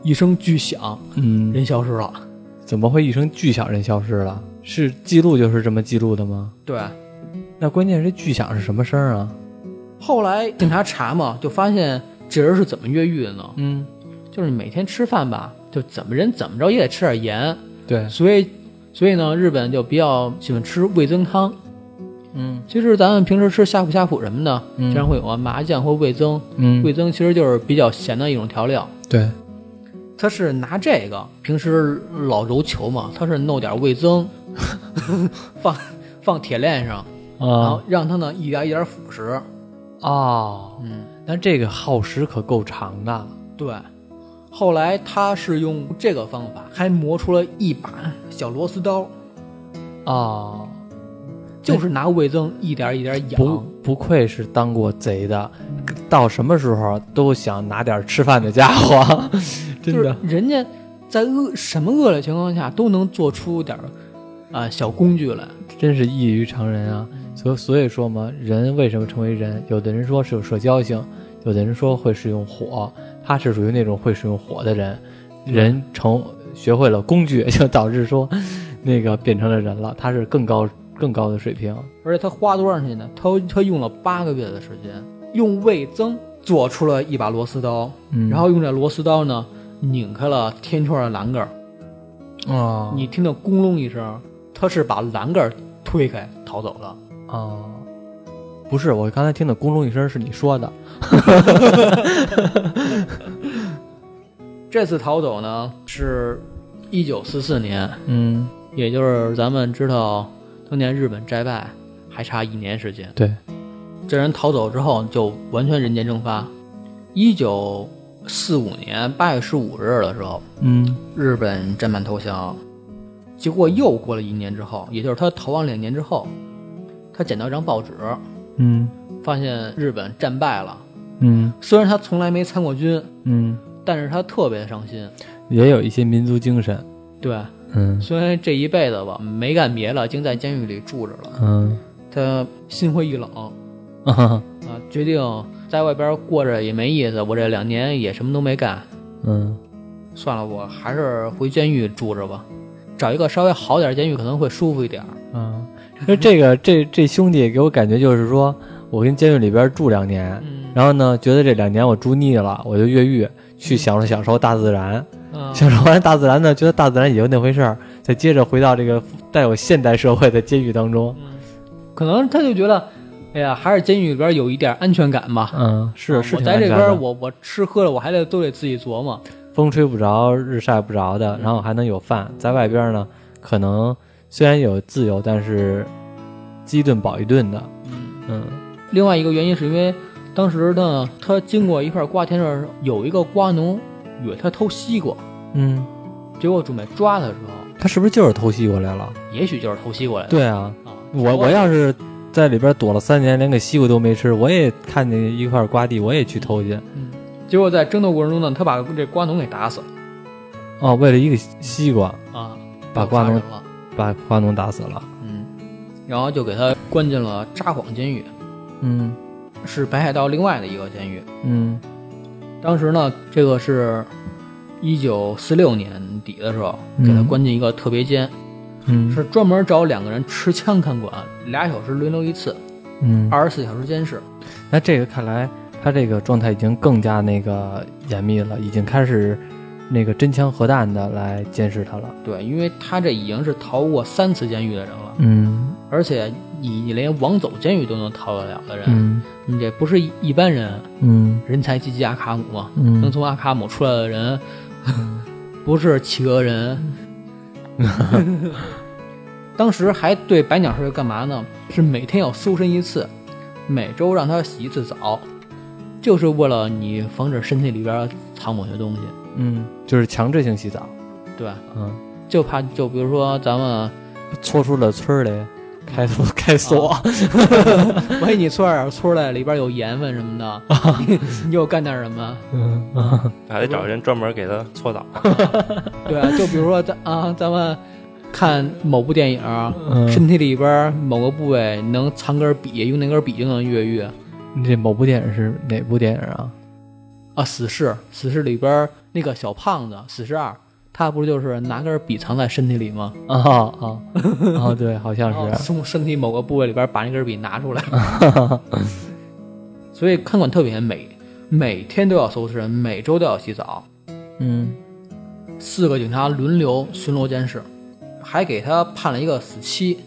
一声巨响，
嗯，
人消失了。
怎么会一声巨响人消失了？是记录就是这么记录的吗？
对，
那关键是这巨响是什么声儿啊？
后来警察查嘛，就发现这人是怎么越狱的呢？
嗯，
就是每天吃饭吧，就怎么人怎么着也得吃点盐，
对，
所以，所以呢，日本就比较喜欢吃味增汤。
嗯
其实咱们平时吃呷哺呷哺什么的，
嗯
经常会有啊麻酱或味增，
嗯，
味增其实就是比较咸的一种调料。
对，
他是拿这个，平时老揉球嘛，他是弄点味增， 放放铁链上，然后
啊
让它呢一点一点腐蚀。
哦，
嗯，
但这个耗时可够长的。
对。后来他是用这个方法，还磨出了一把小螺丝刀，
哦，
就是拿味增一点一点
不
养。
不愧是当过贼的，到什么时候都想拿点吃饭的家伙， 真
就是
的。
人家在恶什么恶劣情况下都能做出点儿啊、小工具来。
真是异于常人啊！所所以说嘛，人为什么成为人？有的人说是有社交性，有的人说会使用火，他是属于那种会使用火的人。人成学会了工具，就导致说那个变成了人了，他是更高更高的水平。
而且他花多长时间呢？他他用了八个月的时间，用味增做出了一把螺丝刀，
嗯
然后用这螺丝刀呢拧开了天窗的栏杆儿，
哦
你听到咕隆一声，他是把栏杆儿推开逃走了。
哦，不是，我刚才听的咕隆一声是你说的。
这次逃走呢是一九四四年，
嗯，
也就是咱们知道当年日本战败还差一年时间。
对，
这人逃走之后就完全人间蒸发。一九四五年八月十五日的时候，
嗯
日本战败投降，结果又过了一年之后，也就是他逃亡两年之后，他捡到一张报纸，
嗯
发现日本战败了。
嗯
虽然他从来没参过军，
嗯，
但是他特别伤心。
也有一些民族精神。
对，
嗯
虽然这一辈子吧没干别的，竟在监狱里住着了，
嗯
他心灰意冷
啊
啊，决定在外边过着也没意思，我这两年也什么都没干，
嗯
算了，我还是回监狱住着吧，找一个稍微好点儿监狱可能会舒服一点儿。
啊，就这个这这兄弟给我感觉就是说，我跟监狱里边住两年，
嗯
然后呢，觉得这两年我住腻了，我就越狱去享受享受大自然，
嗯，
享受完大自然呢，觉得大自然也就那回事儿，再接着回到这个带有现代社会的监狱当中。
嗯可能他就觉得，哎呀，还是监狱里边有一点安全感吧。啊
嗯，是是
我
挺
在
安
这
全
边
的
儿，我我吃喝了，我还得都得自己琢磨。
风吹不着，日晒不着的，然后还能有饭。在外边呢，可能虽然有自由，但是饥一顿饱一顿的。
嗯，
嗯
另外一个原因是因为当时呢，他经过一片瓜田的时候，有一个瓜农以为他偷西瓜，
嗯，
结果准备抓他的时候，
他是不是就是偷西瓜来了？
也许就是偷西瓜来的。
对啊，
啊，
我我要是在里边躲了三年，连个西瓜都没吃，我也看见一块瓜地，我也去偷去。
嗯结果在争斗过程中呢，他把这瓜农给打死了
哦，为了一个西瓜，
啊，
把
瓜
瓜农嗯
了。
把瓜农打死了。
然后就给他关进了札幌监狱，
嗯
是北海道另外的一个监狱。
嗯
当时呢，这个是一九四六年底的时候，给他
嗯
关进一个特别监，
嗯
是专门找两个人持枪看管，俩小时轮流一次，
嗯。
二十四小时监视。
那这个看来，他这个状态已经更加那个严密了，已经开始那个真枪核弹的来监视他了。
对，因为他这已经是逃过三次监狱的人了，
嗯
而且你你连王走监狱都能逃得了的人，
嗯
你这不是一一般人，啊
嗯
人才济济阿卡姆吗？能
嗯，
从阿卡姆出来的人， 不是企鹅人。 当时还对白鸟是干嘛呢？是每天要搜身一次，每周让他洗一次澡，就是为了你防止身体里边藏某些东西。
嗯，就是强制性洗澡，
对，
嗯，
就怕就比如说咱们，
搓出了村儿来，开锁 开锁，
万一你搓点搓来里边有盐分什么的， 你又干点什么？
嗯啊
还得找人专门给他搓澡。
对啊，就比如说咱啊，咱们看某部电影儿，
嗯
身体里边儿某个部位能藏根笔，用那根笔就能越狱
你这某部电影是哪部电影啊？
啊。死侍，死侍里边儿那个小胖子，死侍二，他不就是拿根笔藏在身体里吗？
啊啊啊！对，好像
然后
是，
从身体某个部位里边儿把那根笔拿 出来。所以看管特别严，每每天都要搜身，每周都要洗澡，
嗯
四个警察轮流巡逻监视，还给他判了一个死期。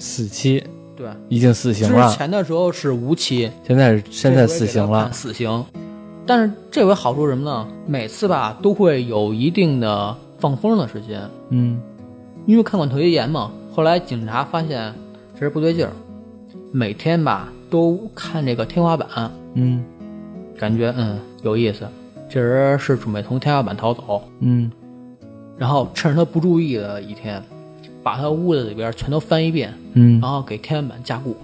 死期
对，
已经死刑
之
了，
前的时候是无期，
现在是现在
这回
死
给他
刑了
判，死刑。但是这回好处是什么呢？每次吧都会有一定的放风的时间，
嗯
因为看管特别严嘛。后来警察发现这是不对劲儿，每天吧都看这个天花板，
嗯
感觉嗯有意思。这人是准备从天花板逃走，
嗯
然后趁着他不注意的一天，把他屋子里边全都翻一遍，
嗯
然后给天花板加固。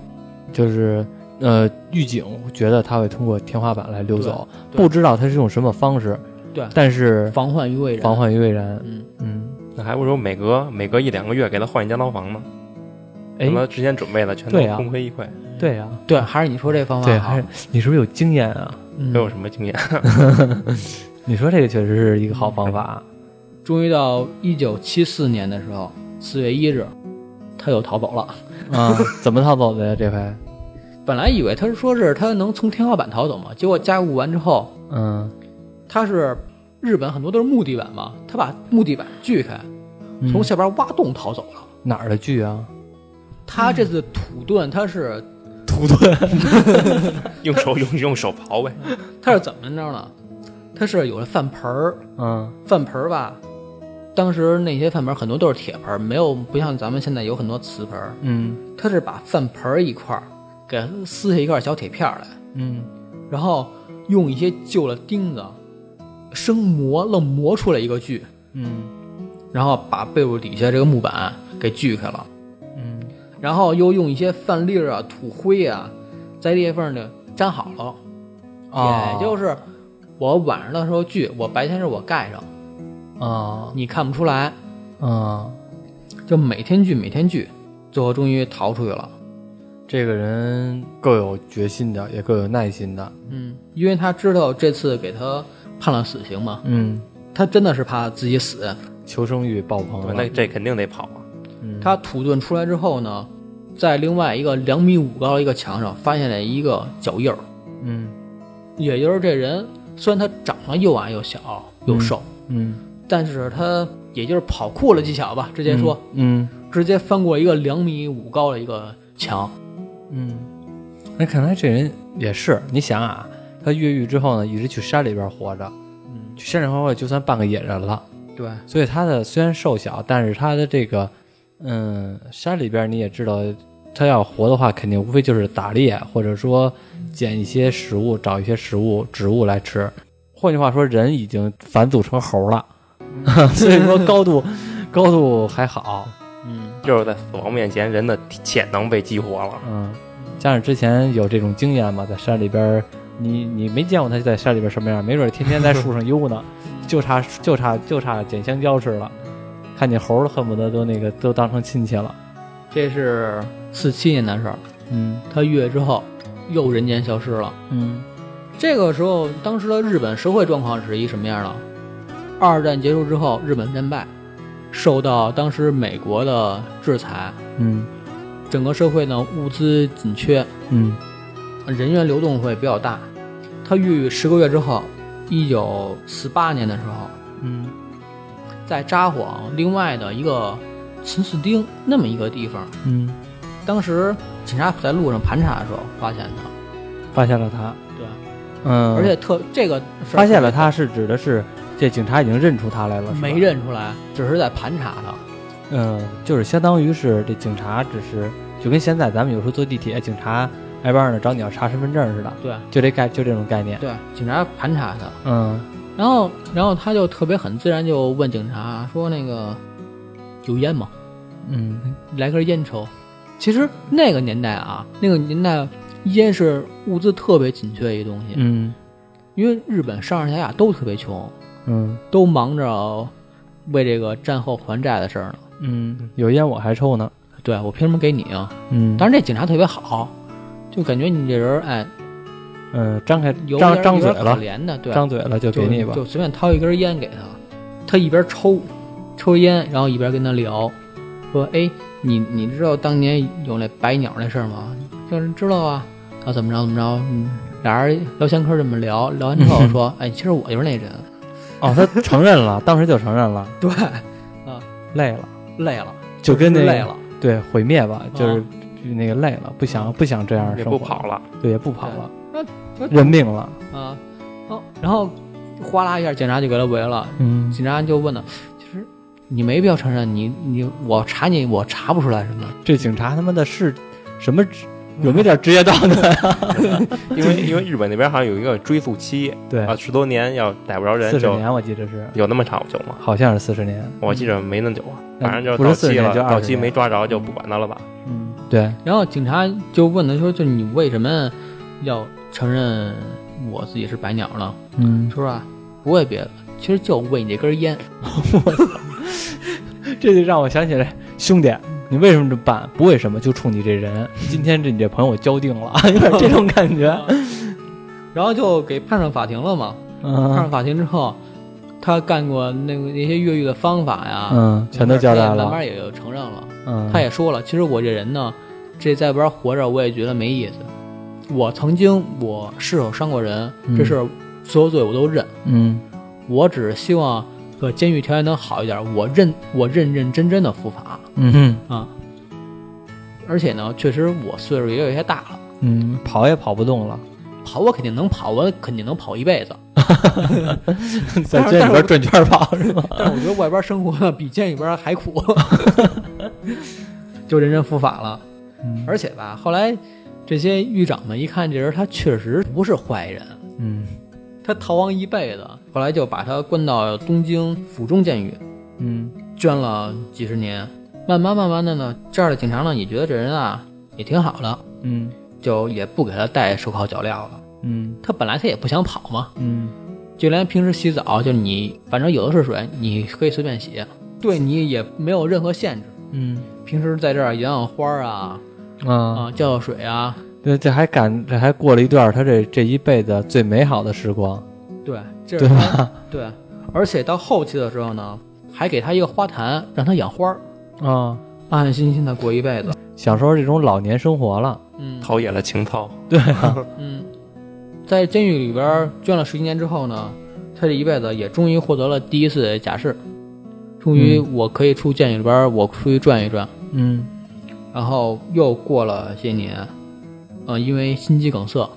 就是呃，狱警觉得他会通过天花板来溜走，
对对
不知道他是用什么方式，
对
但是
防患于未然。
防患于未然。
嗯
嗯，
那还不如每隔每隔一两个月给他换一间牢房呢，
哎
什，么之前准备的全都
对啊
功亏一篑。
对呀、啊，
对，还是你说这方法
对，
好
还是。你是不是有经验啊？
嗯
都有什么经验？
你说这个确实是一个好方法。
终于到一九七四年的时候，四月一日，他又逃走了。
啊，怎么逃走的呀？这回，
本来以为他是说是他能从天花板逃走嘛，结果加固完之后，
嗯，
他是日本很多都是木地板嘛，他把木地板锯开，
嗯
从下边挖洞逃走了。
哪儿的剧啊？
他这次土遁，他是
用手用用手刨 呗。
他是怎么着呢？他是有了饭盆儿，
嗯
饭盆儿吧，当时那些饭盆儿很多都是铁盆儿，没有不像咱们现在有很多瓷盆儿，
嗯
他是把饭盆儿一块儿给撕下一块小铁片儿来。
嗯，
然后用一些旧的钉子生磨，愣磨出来一个锯，
嗯
然后把被褥底下这个木板给锯开了，
嗯
然后又用一些饭粒儿啊、土灰啊，在裂缝里粘好了。
哦
也就是我晚上的时候锯，我白天是我盖上，
啊
你看不出来，
啊，
就每天锯，每天锯，最后终于逃出去了。
这个人够有决心的，也够有耐心的。
嗯，因为他知道这次给他判了死刑嘛，
嗯，
他真的是怕自己死，
求生欲爆棚了。
那这肯定得跑啊！
嗯
他土遁出来之后呢，在另外一个两米五高的一个墙上发现了一个脚印儿，
嗯
也就是这人虽然他长得又矮又小又瘦，
嗯，
但是他也就是跑酷的技巧吧，直接说、
嗯。
直接翻过一个两米五高的一个墙，
嗯，那看来这人也是，你想啊，他越狱之后呢，一直去山里边活着，
嗯，
去山里边活着就算半个野人了。
对，
所以他的虽然瘦小，但是他的这个，嗯，山里边你也知道，他要活的话，肯定无非就是打猎，或者说捡一些食物，找一些食物植物来吃。换句话说，人已经反祖成猴了， 所以说高度高度还好。
嗯，
就是在死亡面前，人的潜能被激活了。
嗯，加上之前有这种经验嘛，在山里边儿，你你没见过他在嗯山里边儿什么样，没准儿天天在树上悠呢，就差就差就差捡香蕉吃了。看见猴儿恨不得都那个都当成亲戚了。
这是四七年的事儿，
嗯
他越狱之后又人间消失了。
嗯
这个时候，当时的日本社会状况是一什么样的？二战结束之后，日本战败，受到当时美国的制裁，
嗯
整个社会呢物资紧缺，
嗯
人员流动会比较大。他越狱十个月之后，一九四八年的时候，
嗯
在札幌另外的一个秦寺町那么一个地方，
嗯，
当时警察在路上盘查的时候发现他，
发现了他。
对，
嗯，
而且特这个事儿
发现了他是指的是这警察已经认出他来了，是吧
没。认出来，只是在盘查他。
嗯，就是相当于是这警察只是就跟现在咱们有时候坐地铁，警察挨边儿呢找你要查身份证似的，
对
就这概就这种概念。
对，警察盘查他，
嗯
然后然后他就特别很自然就问警察说那个有烟吗？
嗯
来根烟抽。其实那个年代啊，那个年代烟是物资特别紧缺一东西，
嗯
因为日本上上下下都特别穷，
嗯
都忙着为这个战后还债的事儿呢。
嗯，有烟我还抽呢。
对我凭什么给你啊？
嗯，
当然这警察特别好，就感觉你这人哎
嗯，张开
有
张
点
张嘴
有点可
了，
怜的，对，
张嘴了就
就
给你吧。
就随便掏一根烟给他，他一边抽抽烟，然后一边跟他聊，说：“哎，你你知道当年有那白鸟那事儿吗？就是知道啊，然后怎么着怎么着，嗯俩人聊闲嗑这么聊，聊完之后说： 哎，其实我就是那人，
哦，他承认了，当时就承认 了，
对，
累了，
累了，
就跟那个
累了，
对毁灭吧，
啊
就是就那个累了，不想不想这样
啊也
生活，
不 跑，了，
对，也不跑了，
对
认命了。
啊，哦，然后哗啦一下，警察就给他围了，
嗯
警察就问他，其实你没必要承认，你你我查你，我查不出来什么。”
这警察他妈的是什么职？有没有点职业道德？
因为因为日本那边好像有一个追诉期
对
啊，，十多年要逮不着人
四十
就
年我记得是，
有那么长久吗？
好像是四十年。
我记着没那么久啊，反正就是
嗯不是
到
40
期
年
了，
就
到
20
期
年
没抓着就不管他了吧？
嗯，对，
然后警察就问他说：“就你为什么要承认我自己是白鸟呢？”
嗯，
他说：“啊，不为别的，其实就为你这根烟。
这就让我想起来，兄弟，你为什么这么办？不为什么，就冲你这人。今天这你这朋友交定了， 有点这种感 觉。
然后就给判上法庭了嘛。判上
嗯
法庭之后，他干过那个那些越狱的方法呀，
嗯，全都交代
慢
了。
慢也就承认了。
嗯，
他也说了，其实我这人呢，这在边活着我也觉得没意思。我曾经我是有伤过人，
嗯
这事儿所有罪我都认。
嗯
我只是希望呃监狱条件能好一点，我认我认认真真的服法
嗯哼
啊。而且呢，确实我岁数也有些大了，
嗯，跑也跑不动了，
跑我肯定能跑，我肯定能跑一辈子。
在这里边转圈跑 是吗？
但是我觉得外边生活呢比监狱里边还苦， 就认真服法了。
嗯
而且吧，后来这些狱长们一看这人，他确实不是坏人，
嗯
他逃亡一辈子，后来就把他关到东京府中监狱。
嗯
捐了几十年，慢慢慢慢的呢，这儿的警察呢也觉得这人啊也挺好的，
嗯
就也不给他戴手铐脚镣了。
嗯
他本来他也不想跑嘛，
嗯
就连平时洗澡，就你反正有的是水，你可以随便洗，对你也没有任何限制。
嗯
平时在这儿养养花啊，
啊，
啊浇浇水啊，
这这还赶这还过了一段他这这一辈子最美好的时光，
对，这是
对
他
吧？
对，而且到后期的时候呢，还给他一个花坛，让他养花儿，
啊，
安安心心的过一辈子。
享受这种老年生活了。
嗯，
陶冶了情操，
嗯，在监狱里边儿捐了十一年之后呢，他这一辈子也终于获得了第一次假释，终于我可以出监狱里边儿，我出去转一转。
嗯
然后又过了些年，呃，因为心肌梗塞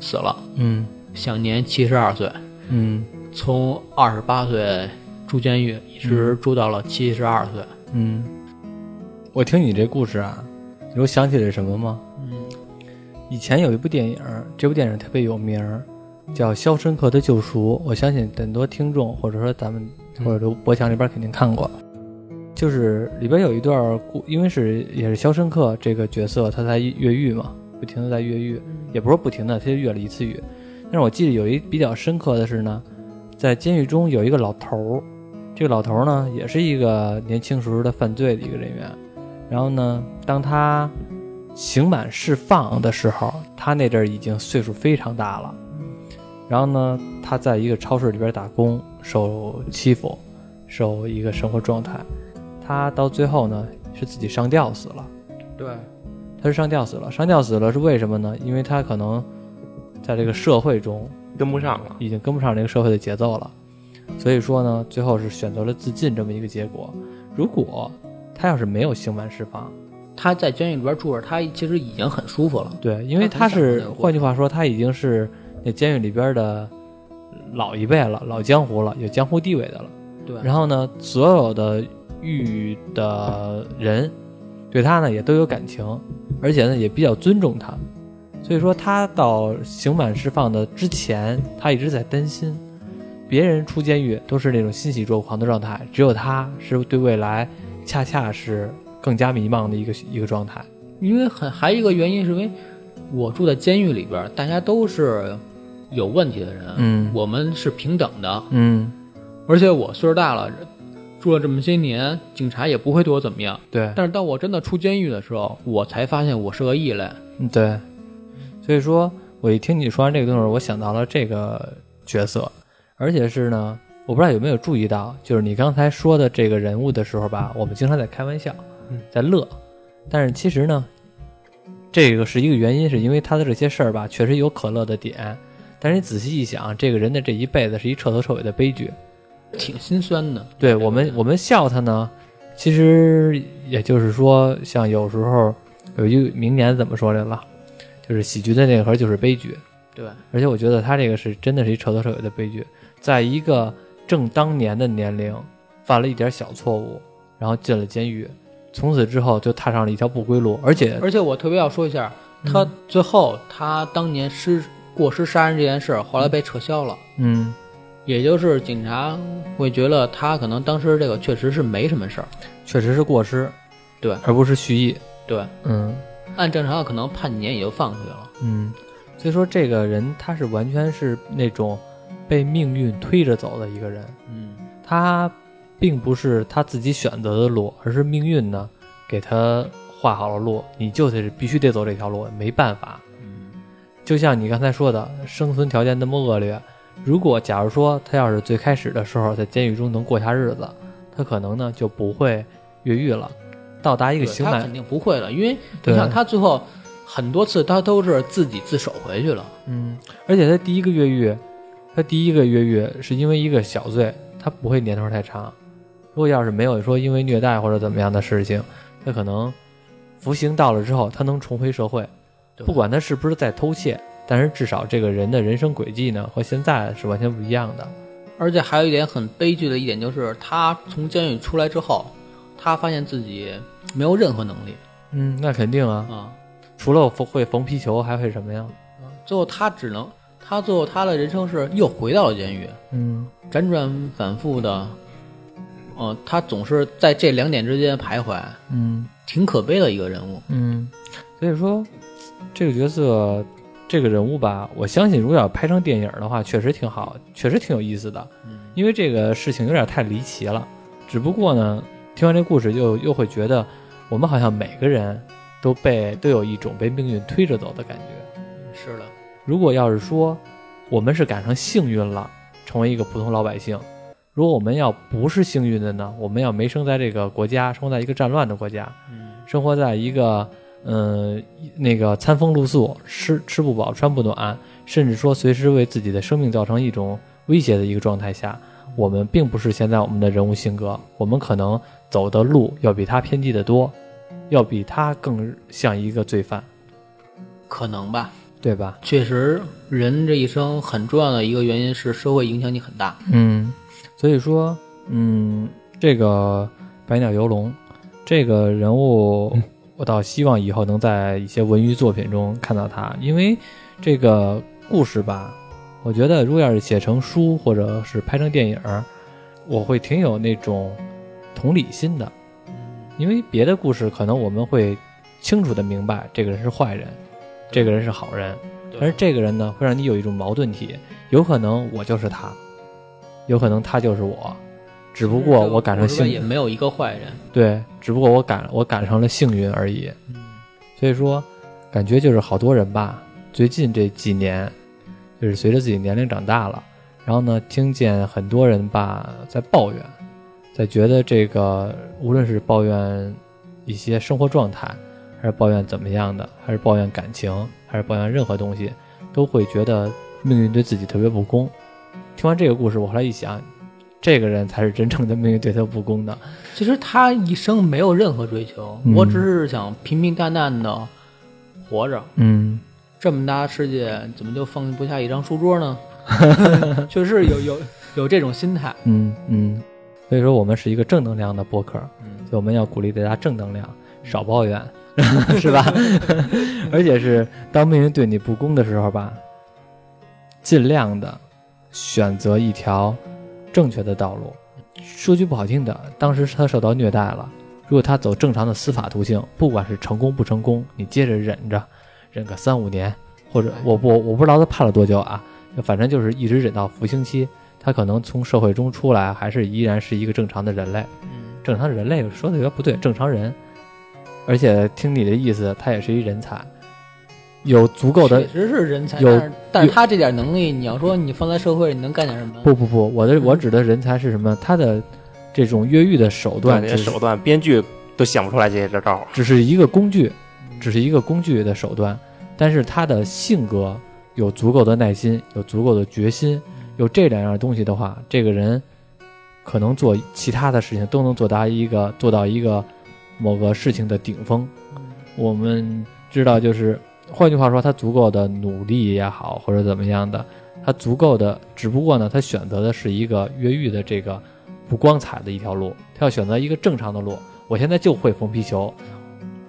死了，
嗯
享年七十二岁。
嗯
从二十八岁住监狱，一直住到了七十二岁。
嗯，我听你这故事啊，你有想起了什么吗？
嗯，
以前有一部电影，这部电影特别有名儿，叫《肖申克的救赎》。我相信很多听众，或者说咱们，或者说博强这边肯定看过。就是里边有一段故，因为是也是肖申克这个角色，他在越狱嘛，不停的在越狱，也不是不停的，他就越了一次狱。但是我记得有一比较深刻的是呢，在监狱中有一个老头儿，这个老头儿呢，也是一个年轻时候的犯罪的一个人员。然后呢，当他刑满释放的时候，他那阵儿已经岁数非常大了。然后呢，他在一个超市里边打工，受欺负，受一个生活状态。他到最后呢，是自己上吊死了。
对，
他是上吊死了，上吊死了是为什么呢？因为他可能在这个社会中
跟不上了。
已经跟不上这个社会的节奏了，所以说呢，最后是选择了自尽这么一个结果。如果他要是没有刑满释放，
他在监狱里边住着，他其实已经很舒服了。
对，因为
他
他
很
是
想的
换句话说，他已经是那监狱里边的老一辈了，老江湖了，有江湖地位的了。
对，
然后呢，所有的狱的人对他呢也都有感情，而且呢也比较尊重他，所以说他到刑满释放的之前，他一直在担心，别人出监狱都是那种欣喜若狂的状态，只有他是对未来恰恰是更加迷茫的一个一个状态。
因为很还有一个原因是因为我住在监狱里边，大家都是有问题的人，
嗯
我们是平等的，
嗯，
而且我岁数大了，住了这么些年，警察也不会对我怎么样。
对，
但是当我真的出监狱的时候，我才发现我是个异类。
嗯，对，所以说我一听你说完这个东西，我想到了这个角色，而且是呢，我不知道有没有注意到，就是你刚才说的这个人物的时候吧，我们经常在开玩笑
嗯，
在乐，但是其实呢，这个是一个原因，是因为他的这些事儿吧，确实有可乐的点，但是你仔细一想，这个人的这一辈子是一彻头彻尾的悲剧。
挺心酸的，
对我们，我们笑他呢，其实也就是说，像有时候有一个名言怎么说来了，就是喜剧的内核就是悲剧。
对
而且我觉得他这个是真的是一彻头彻尾的悲剧，在一个正当年的年龄犯了一点小错误，然后进了监狱，从此之后就踏上了一条不归路，而且
而且我特别要说一下，他最后他当年失过失杀人这件事儿，后来被撤销了，
嗯，
也就是警察会觉得他可能当时这个确实是没什么事儿。
确实是过失，
对
而不是蓄意，
对，
嗯
按正常的可能判几年也就放出去了。
嗯，所以说这个人他是完全是那种被命运推着走的一个人，
嗯，
他并不是他自己选择的路，而是命运呢给他画好了路，你就得是必须得走这条路，没办法。嗯就像你刚才说的，生存条件那么恶劣，如果假如说他要是最开始的时候在监狱中能过下日子，他可能呢就不会越狱了，到达一
对
个刑
他
满
肯定不会了，因为
对
你想他最后很多次他都是自己自首回去了。
嗯，而且他第一个越狱，他第一个越狱是因为一个小罪，他不会年头太长。如果要是没有说因为虐待或者怎么样的事情，他可能服刑到了之后，他能重回社会，
对
不管他是不是在偷窃，但是至少这个人的人生轨迹呢和现在是完全不一样的。
而且还有一点很悲剧的一点就是，他从监狱出来之后，他发现自己没有任何能力
嗯，那肯定啊，
啊，
除了缝会缝皮球，还会什么呀？
最后他只能，他最后他的人生是又回到了监狱，
嗯，
辗转反复的，呃，他总是在这两点之间徘徊，
嗯。
挺可悲的一个人物。
嗯，所以说这个角色，这个人物吧，我相信如果要拍成电影的话，确实挺好，确实挺有意思的。
嗯，
因为这个事情有点太离奇了。只不过呢，听完这故事就又会觉得，我们好像每个人都被都有一种被命运推着走的感觉。
是的，
如果要是说我们是赶上幸运了，成为一个普通老百姓。如果我们要不是幸运的呢？我们要没生在这个国家，生活在一个战乱的国家，
嗯，
生活在一个嗯、那个餐风露宿、吃吃不饱、穿不暖，甚至说随时为自己的生命造成一种威胁的一个状态下，我们并不是现在我们的人物性格，我们可能走的路要比他偏激得多，要比他更像一个罪犯，
可能吧。
对吧？
确实，人这一生很重要的一个原因是社会影响你很大。
嗯，所以说，嗯，这个百鸟游龙这个人物，我倒希望以后能在一些文娱作品中看到他，因为这个故事吧，我觉得如果要是写成书或者是拍成电影儿，我会挺有那种同理心的，因为别的故事可能我们会清楚的明白这个人是坏人，这个人是好人，但是这个人呢，会让你有一种矛盾体，有可能我就是他，有可能他就是我，只不过我赶上
这个
幸
我这边也没有一个坏人。
对，只不过我赶我赶上了幸运而已。所以说，感觉就是好多人吧，最近这几年，就是随着自己年龄长大了，然后呢，听见很多人吧在抱怨，在觉得这个无论是抱怨一些生活状态，还是抱怨怎么样的，还是抱怨感情，还是抱怨任何东西，都会觉得命运对自己特别不公。听完这个故事，我后来一想，这个人才是真正的命运对他不公的。
其实他一生没有任何追求，
嗯
我只是想平平淡淡的活着。
嗯，
这么大世界，怎么就放不下一张书桌 呢？确实有有有这种心态。
嗯，嗯，所以说我们是一个正能量的播客，
嗯
所以我们要鼓励大家正能量，少抱怨， 是吧？ 而且是当命运对你不公的时候吧，尽量的选择一条正确的道路。说句不好听的，当时他受到虐待了，如果他走正常的司法途径，不管是成功不成功，你接着忍着，忍个三五年，或者我不我不知道他判了多久啊，反正就是一直忍到服刑期，他可能从社会中出来，还是依然是一个正常的人类。
嗯，
正常人类说的有点不对，正常人，而且听你的意思，他也是一人才，有足够的
确实是人才，
有
但是但是他这点能力，你要说你放在社会，你能干点什么？
不，不不，我的我指的人才是什么？他的这种越狱的手段
这
只
些
是
手段，编剧都想不出来这些招儿。
只是一个工具，只是一个工具的手段，但是他的性格有足够的耐心，有足够的决心，有这两样东西的话，这个人可能做其他的事情都能做达一个做到一个某个事情的顶峰。我们知道，就是换句话说，他足够的努力也好，或者怎么样的，他足够的，只不过呢，他选择的是一个越狱的这个不光彩的一条路，他要选择一个正常的路。我现在就会缝皮球，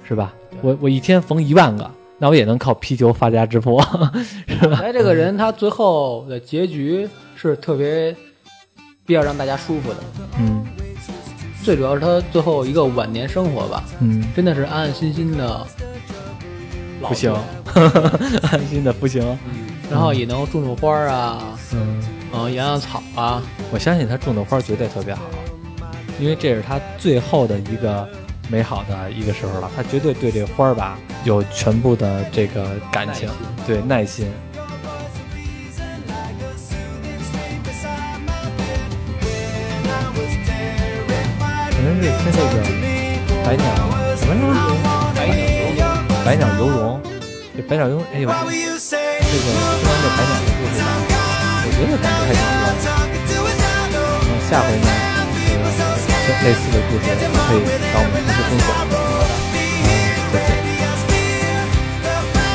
是吧？我我一天缝一万个，那我也能靠皮球发家致富。
哎，这个人他最后的结局是特别比较让大家舒服的，
嗯
最主要是他最后一个晚年生活吧，
嗯，
真的是安安心心的老
不行嗯
着，
安心的不行。
然后也能种种花儿啊，
嗯，
嗯，养养草啊，
我相信他种的花绝对特别好，因为这是他最后的一个美好的一个时候了。他绝对对这花儿吧有全部的这个感情
耐，
对耐心。可能是听这个白鸟什么游龙，
白鸟游龙。
白鸟游龙，这白鸟游龙，哎呦，这个听完这白鸟的故事吧，我觉得感觉还挺不错的。然后下回呢，这个类似的故事也可以找我们同事分享。嗯，再见。
Oh, Oh,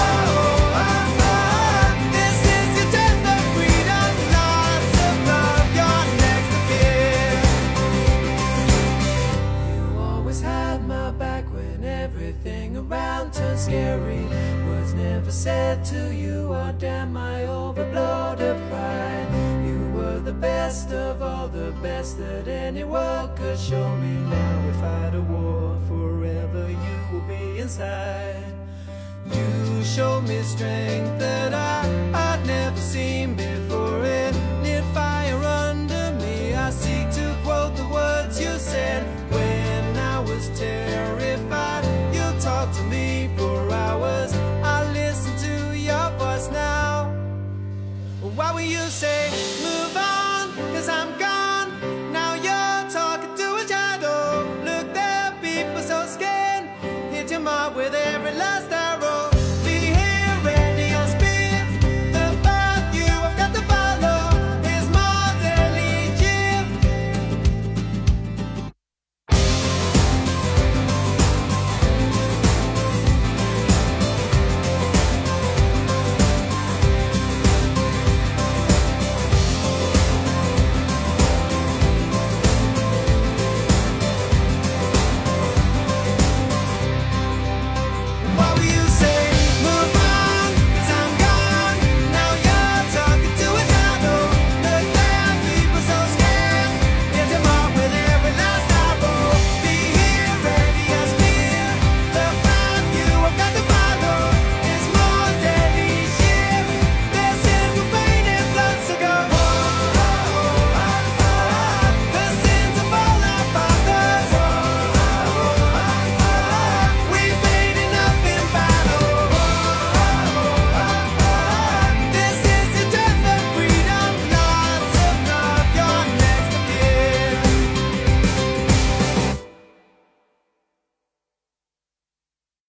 Oh, Had my back when everything around turned scary. Words never said to you, or damn, I overblowed a pride. You were the best of all the best that anyone could show me. Now, if I'd a war forever, you will be inside. You show me strength that I Oh,